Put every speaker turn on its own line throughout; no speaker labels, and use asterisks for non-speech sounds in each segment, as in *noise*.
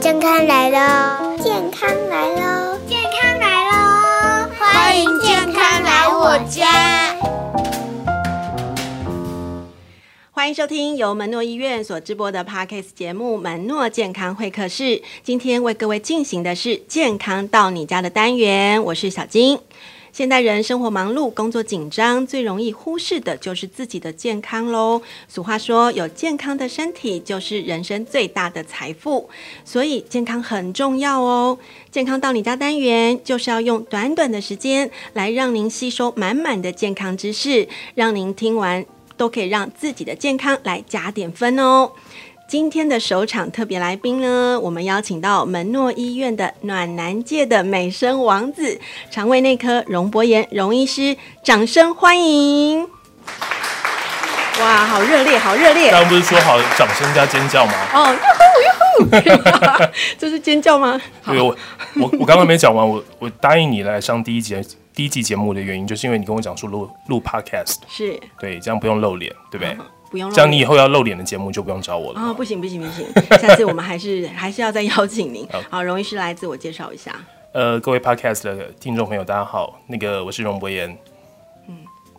健康来喽！健康来喽！健康来喽！欢迎健康来我家。
欢迎收听由门诺医院所直播的 Podcast 节目《门诺健康会客室》。今天为各位进行的是“健康到你家”的单元，我是小金。现代人生活忙碌，工作紧张，最容易忽视的就是自己的健康喽。俗话说，有健康的身体就是人生最大的财富，所以健康很重要哦。健康到你家单元就是要用短短的时间来让您吸收满满的健康知识，让您听完都可以让自己的健康来加点分哦。今天的首场特别来宾呢，我们邀请到门诺医院的暖男界的美声王子，肠胃内科荣博言荣医师，掌声欢迎！哇，好热烈，好热烈！
刚刚不是说好掌声加尖叫吗？
哦，哟吼哟吼， *laughs* 这是尖叫吗？
对，我我我刚刚没讲完，我我答应你来上第一节第一季节目的原因，就是因为你跟我讲说录录 podcast，
是，
对，这样不用露脸，对不对？
不用
这样你以
啊、
后要露脸的节目就不用找我了。
哦，不行不行不行，下次我们还是还是要再邀请您。好，荣医师来自我介绍一下，
呃，各位 podcast 的听众朋友，大家好，那个我是荣博言，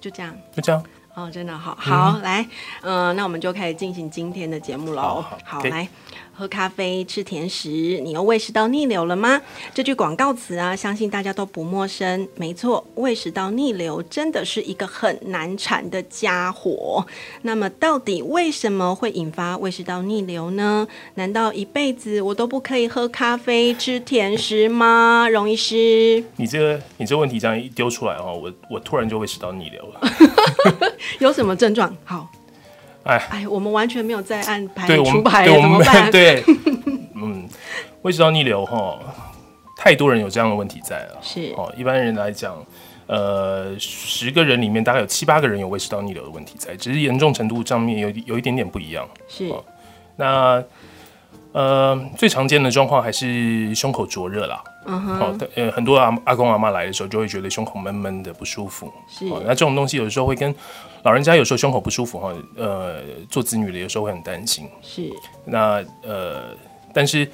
就这样。
就这样。
哦，真的好，好、来，嗯、那我们就开始进行今天的节目喽。
好好对
来。喝咖啡、吃甜食，你又胃食道逆流了吗？这句广告词啊，相信大家都不陌生。没错，胃食道逆流真的是一个很难缠的家伙。那么，到底为什么会引发胃食道逆流呢？难道一辈子我都不可以喝咖啡、吃甜食吗？荣医师，
你这个你这个问题这样一丢出来哦，我我突然就会食道逆流了。
有什么症状？好，
哎，
哎，我们完全没有在按牌
对我
出
们
牌，
对我
怎么办
们？ *laughs* 对，嗯，胃食道逆流哈，太多人有这样的问题在了。
是
哦，一般人来讲，呃，十个人里面大概有七八个人有胃食道逆流的问题在，只是严重程度上面有有一点点不一样。
是
哦那呃，最常见的状况还是胸口灼热啦。
嗯哼，
哦，但呃，很多阿阿公阿妈来的时候就会觉得胸口闷闷的不舒服。
是
哦，那这种东西有时候会跟老人家有时候胸口不舒服哈，呃，做子女的有时候会很担心。
是
那呃，但是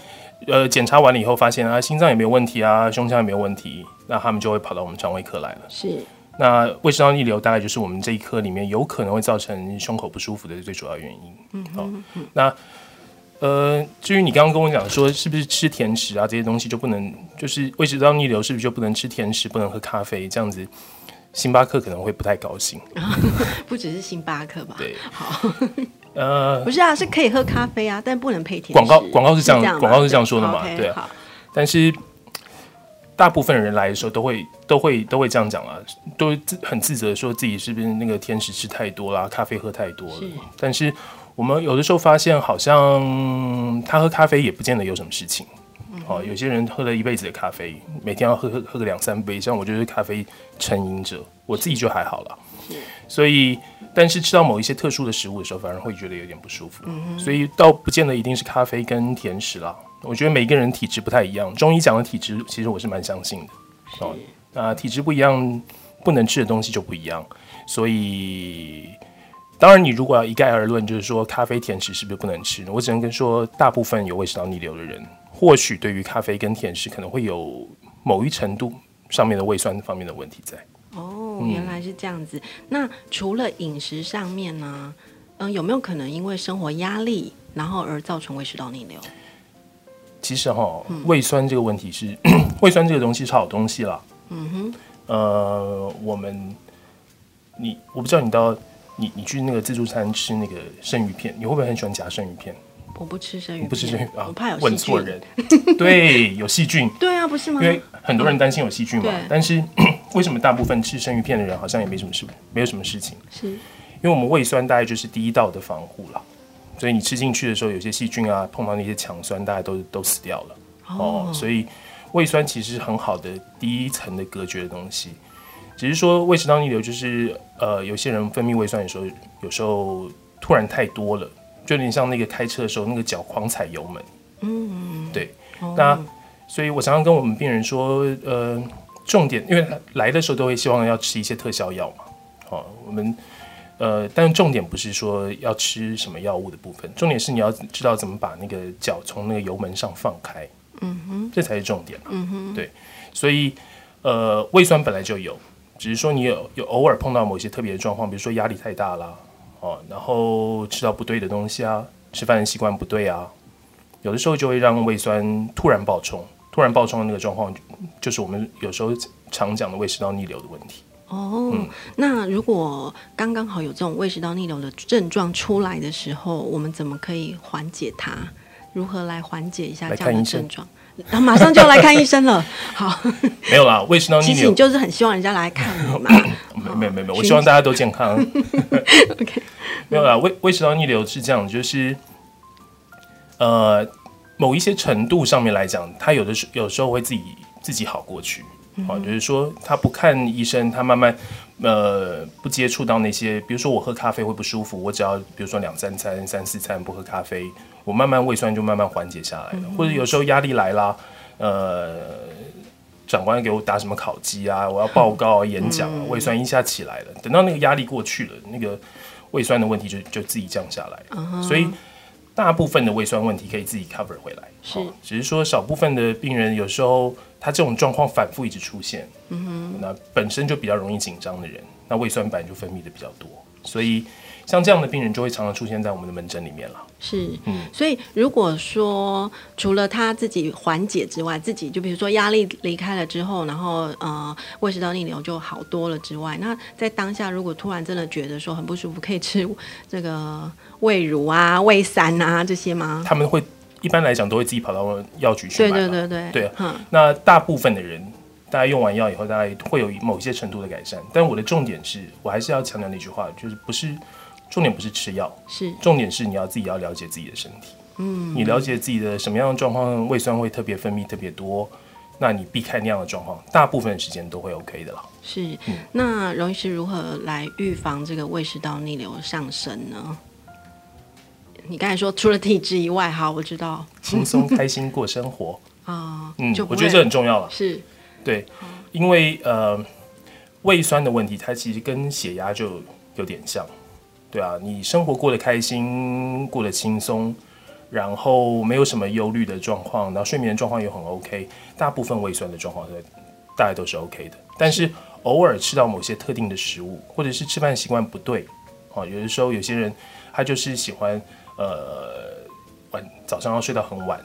呃，检查完了以后发现啊，心脏也没有问题啊，胸腔也没有问题，那他们就会跑到我们肠胃科来了。
是
那胃食道逆流大概就是我们这一科里面有可能会造成胸口不舒服的最主要原因。嗯哦，那呃，至于你刚刚跟我讲说，是不是吃甜食啊这些东西就不能，就是胃食道逆流是不是就不能吃甜食，不能喝咖啡这样子？星巴克可能会不太高兴。
不只是星巴克吧？
对，
好，
*laughs* 呃，
不是啊，是可以喝咖啡啊，但不能配甜食。
广告广告是这样
吗
广告是这样说的嘛
对
对
OK，
啊
好，
但是大部分人来的时候都会都会都会这样讲啊，都会自很自责，说自己是不是那个甜食吃太多啦，咖啡喝太多了
是。
但是我们有的时候发现，好像他喝咖啡也不见得有什么事情。哦，有些人喝了一辈子的咖啡，每天要喝喝喝个两三杯，像我就是咖啡成瘾者，我自己就还好了。所以，但是吃到某一些特殊的食物的时候，反而会觉得有点不舒服。所以倒不见得一定是咖啡跟甜食啦。我觉得每个人体质不太一样，中医讲的体质，其实我是蛮相信的。哦，那体质不一样，不能吃的东西就不一样。所以，当然你如果要一概而论，就是说咖啡、甜食是不是不能吃呢？我只能跟说，大部分有胃食道逆流的人，或许对于咖啡跟甜食可能会有某一程度上面的胃酸方面的问题在。
哦，
嗯
原来是这样子。那除了饮食上面呢，嗯，有没有可能因为生活压力，然后而造成胃食道逆流？
其实哈，胃酸这个问题是， *clears throat* 胃酸这个东西是好东西啦。嗯哼，呃，我们，你我不知道你到你你去那个自助餐吃那个生鱼片，你会不会很喜欢夹生鱼片？
我不吃生鱼
你
片，
不吃生鱼啊？
我怕有
问
细
错
菌。 *laughs*
人，对，有细菌，
对啊，不是吗
因？为很多人担心有细菌嘛
对。
但是 *clears throat* 为什么大部分吃生鱼片的人好像也没什么事，没有什么事情？
是
因为我们胃酸大概就是第一道的防护啦，所以你吃进去的时候，有些细菌啊，碰到那些强酸，大概都都死掉了。哦，
嗯
所以胃酸其实是很好的第一层的隔绝的东西，只是说胃食道逆流就是呃，有些人分泌胃酸有时候有时候突然太多了，就有点像那个开车的时候那个脚狂踩油门。嗯，对，
哦
那所以我常常跟我们病人说，呃，重点因为来的时候都会希望要吃一些特效药嘛，哦，我们呃，但重点不是说要吃什么药物的部分，重点是你要知道怎么把那个脚从那个油门上放开，嗯哼，这才是重点、啊，嗯哼，对，所以呃，胃酸本来就有，只是说你有有偶尔碰到某些特别的状况，比如说压力太大啦，哦，然后吃到不对的东西啊，吃饭的习惯不对啊，有的时候就会让胃酸突然爆冲，突然爆冲的那个状况，就就是我们有时候常讲的胃食道逆流的问题。
哦，
嗯
那如果刚刚好有这种胃食道逆流的症状出来的时候，我们怎么可以缓解它？如何来缓解一下
来
这
看
样的
医生
症状？然后马上就要来看医生了。
*laughs*
好，
没有啦，胃食道逆
其实你
流，
就是很希望人家来看你
*laughs*
嘛。
没没没没，我
寻
希望大家都健康。
OK，
*laughs* 没有啦，胃胃食道逆流是这样，就是呃，某一些程度上面来讲，他有的时有时候会自己自己好过去，好、就是说他不看医生，他慢慢呃不接触到那些，比如说我喝咖啡会不舒服，我只要比如说两三餐、三四餐不喝咖啡，我慢慢胃酸就慢慢缓解下来了，或者有时候压力来啦，呃。长官给我打什么考绩啊？我要报告、啊、演讲啊，
嗯
胃酸一下起来了。等到那个压力过去了，那个胃酸的问题就就自己降下来了所以大部分的胃酸问题可以自己 cover 回来，
嗯是
哦只是说少部分的病人有时候他这种状况反复一直出现，嗯哼，那本身就比较容易紧张的人，那胃酸板就分泌的比较多，所以像这样的病人就会常常出现在我们的门诊里面了。
是，
嗯
所以如果说除了他自己缓解之外，自己就比如说压力离开了之后，然后呃胃食道逆流就好多了之外，那在当下如果突然真的觉得说很不舒服，可以吃这个胃乳啊、胃散啊这些吗？
他们会一般来讲都会自己跑到药局去
对
买嘛，
对对对，
对啊
嗯，
那大部分的人，大家用完药以后，大概会有某些程度的改善。但我的重点是我还是要强调那句话，就是不是重点不是吃药，
是
重点是你要自己要了解自己的身体。嗯，你了解自己的什么样的状况，胃酸会特别分泌特别多，那你避开那样的状况，大部分的时间都会 OK 的啦。
是。
嗯
那荣医师如何来预防这个胃食道逆流上升呢？你刚才说除了体质以外，好，我知道
轻松开心过生活，
啊，*laughs*
嗯
就，不
我觉得
会
这很重要了。
是
对，因为呃，胃酸的问题，它其实跟血压就有点像，对啊，你生活过得开心，过得轻松，然后没有什么忧虑的状况，然后睡眠状况也很 OK，大部分胃酸的状况都大概都是 OK 的，但是偶尔吃到某些特定的食物，或者是吃饭习惯不对，哦，有的时候有些人他就是喜欢呃晚早上要睡到很晚。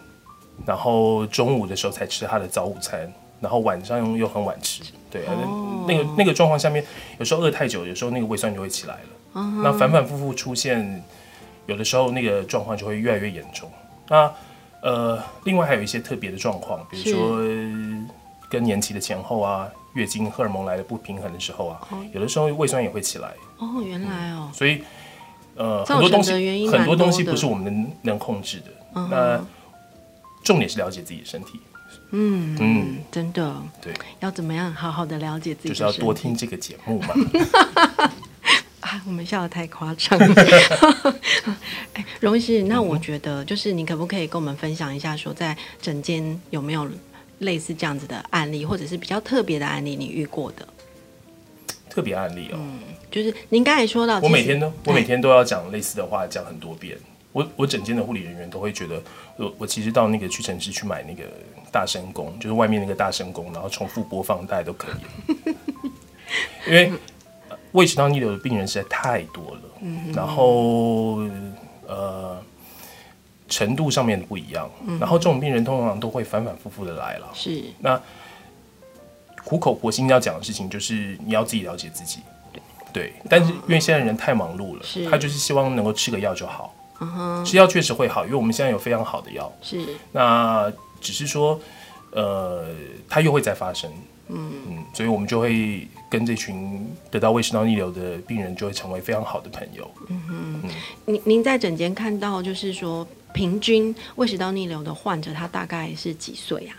然后中午的时候才吃他的早午餐，然后晚上又很晚吃，对，那个那个状况下面，有时候饿太久，有时候那个胃酸就会起来了，那反反复复出现，有的时候那个状况就会越来越严重。那呃，另外还有一些特别的状况，比如说更年期的前后啊，月经荷尔蒙来的不平衡的时候啊，有的时候胃酸也会起来，
哦，原来哦，
所以呃，
造
很多东
成的原
西
因
很
蛮
多东
多
西
的
不是我们能能控制的。那重点是了解自己的身体，
嗯
嗯，
真的
对，
要怎么样好好的了解自己
就
的
是要
身
多
体
听这个节目
*laughs*
嘛。
啊！我们笑得太夸张了。 *laughs* 哎，荣医
嗯
师，那我觉得就是你可不可以跟我们分享一下，说在整间有没有类似这样子的案例，或者是比较特别的案例你遇过的？
特别案例哦，
就是您刚才说到，
我每天
都
都我每天都要讲类似的话，讲很多遍。我我整间的护理人员都会觉得，我我其实到那个屈臣氏去买那个大声公，就是外面那个大声公，然后重复播放大家都可以，因为呃胃食道逆流的病人实在太多了，然后呃程度上面不一样，然后这种病人通常都会反反复复的来了，
是
苦口婆心要讲的事情，就是你要自己了解自己。对，但是因为现在人太忙碌
是
了，他就是希望能够吃个药就好。吃药确实会好，因为我们现在有非常好的药。
嗯是
那只是说，呃，它又会再发生。嗯，所以我们就会跟这群得到胃食道逆流的病人，就会成为非常好的朋友。
您您在诊间看到，就是说平均胃食道逆流的患者，他大概是几岁啊？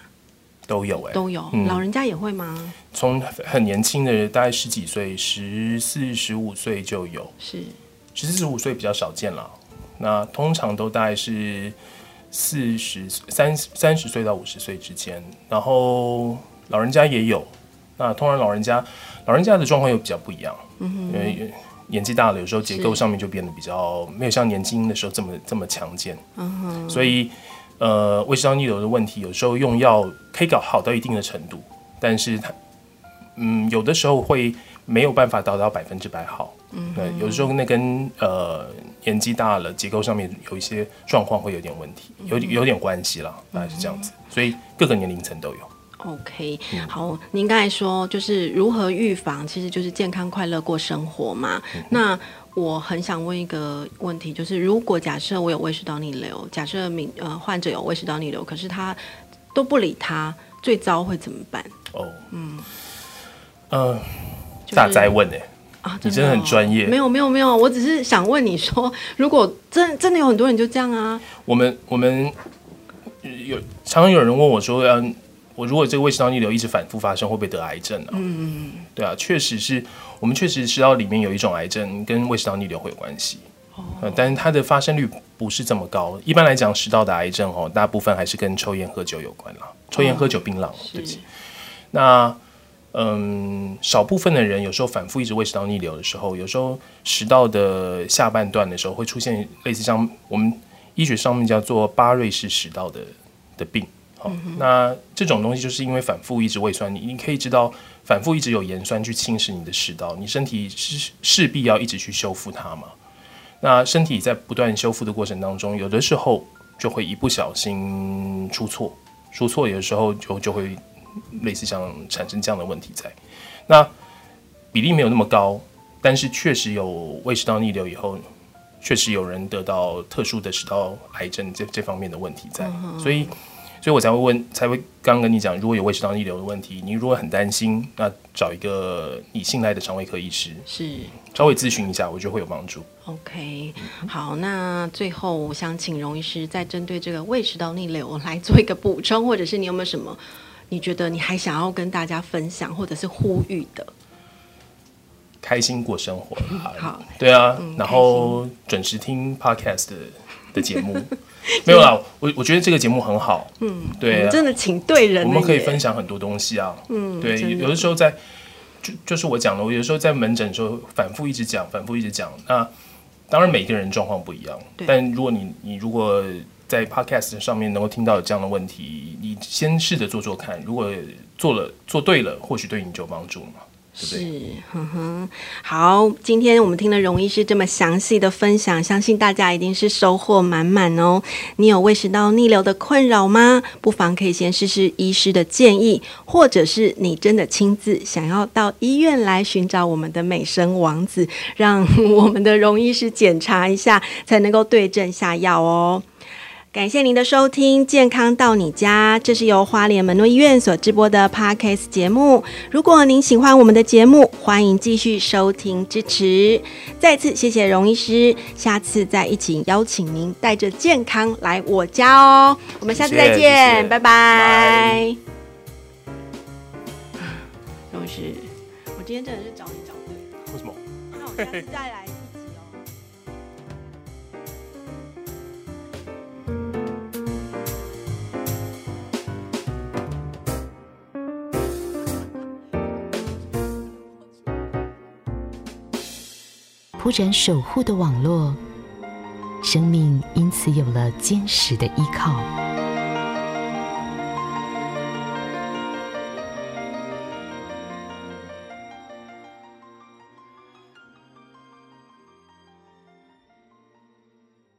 都有哎、
都有，
嗯
老人家也会吗？
从很年轻的，大概十几岁，十四、十五岁就有。
是
十四十五岁比较少见啦，那通常都大概是四十三三十岁到五十岁之间，然后老人家也有。那通常老人家老人家的状况又比较不一样，嗯、因为年纪大了，有时候结构上面就变得比较没有像年轻的时候这么这么强健。所以呃，胃食道逆流的问题，有时候用药可以搞好到一定的程度，但是它嗯，有的时候会没有办法达到百分之百好。嗯，对，有的时候那跟呃年纪大了，结构上面有一些状况会有点问题，有有点关系啦，大概是这样子。所以各个年龄层都有。
OK，好，
嗯
您刚才说就是如何预防，其实就是健康快乐过生活嘛。
嗯
那我很想问一个问题，就是如果假设我有胃食道逆流，假设民呃患者有胃食道逆流，可是他都不理他，最糟会怎么办
哦，嗯，呃，大灾问哎、
啊？
你真的很
哦
专业
没有没有没有，我只是想问你说，如果真真的有很多人就这样啊，
我们我们呃有常常有人问我说，嗯，我如果这个胃食道逆流一直反复发生，会不会得癌症啊？嗯，对啊，确实是我们确实知道里面有一种癌症跟胃食道逆流会有关系。呃，但是它的发生率不是这么高。一般来讲，食道的癌症哦，大部分还是跟抽烟喝酒有关啦。抽烟喝酒槟榔，对不起。那嗯，少部分的人有时候反复一直胃食道逆流的时候，有时候食道的下半段的时候会出现类似像我们医学上面叫做巴瑞氏食道的的病。好、那这种东西就是因为反复一直胃酸，你你可以知道反复一直有盐酸去侵蚀你的食道，你身体势势必要一直去修复它嘛。那身体在不断修复的过程当中，有的时候就会一不小心出错，出错有的时候就就会类似像产生这样的问题在。那比例没有那么高，但是确实有胃食道逆流以后，确实有人得到特殊的食道癌症这这方面的问题在，所以。所以我才会问，才会刚刚跟你讲，如果有胃食道逆流的问题，你如果很担心，那找一个你信赖的肠胃科医师
是。
稍微咨询一下，我觉得会有帮助。
OK，好，
嗯
那最后我想请荣医师再针对这个胃食道逆流来做一个补充，或者是你有没有什么你觉得你还想要跟大家分享或者是呼吁的？
开心过生活啦。
好，
对啊，
嗯
然后准时听 podcast 的的节目， *laughs* 没有啦，我我觉得这个节目很好，嗯，对
我
啊
们，真的请对人了
我们可以
耶
分享很多东西啊，嗯，对，
真的
有的时候在就就是我讲了，我有时候在门诊的时候反复一直讲，反复一直讲，那当然每个人状况不一样
对，
但如果你你如果在 podcast 上面能够听到有这样的问题，你先试着做做看，如果做了做对了，或许对你就有帮助了嘛，对不对？
是，哼哼，好，今天我们听了荣医师这么详细的分享，相信大家一定是收获满满哦。你有胃食道逆流的困扰吗？不妨可以先试试医师的建议，或者是你真的亲自想要到医院来寻找我们的美声王子，让我们的荣医师检查一下，才能够对症下药哦。感谢您的收听，《健康到你家》，这是由花莲门诺医院所直播的 Podcast 节目。如果您喜欢我们的节目，欢迎继续收听支持。再次谢谢荣医师，下次再一起邀请您带着健康来我家哦。我们下次再见，
谢谢谢谢
拜拜
拜。
荣医师，我今天真的是找你找对了。
为什么？
那我下次再来一集哦。
铺展守护的网络，生命因此有了坚实的依靠。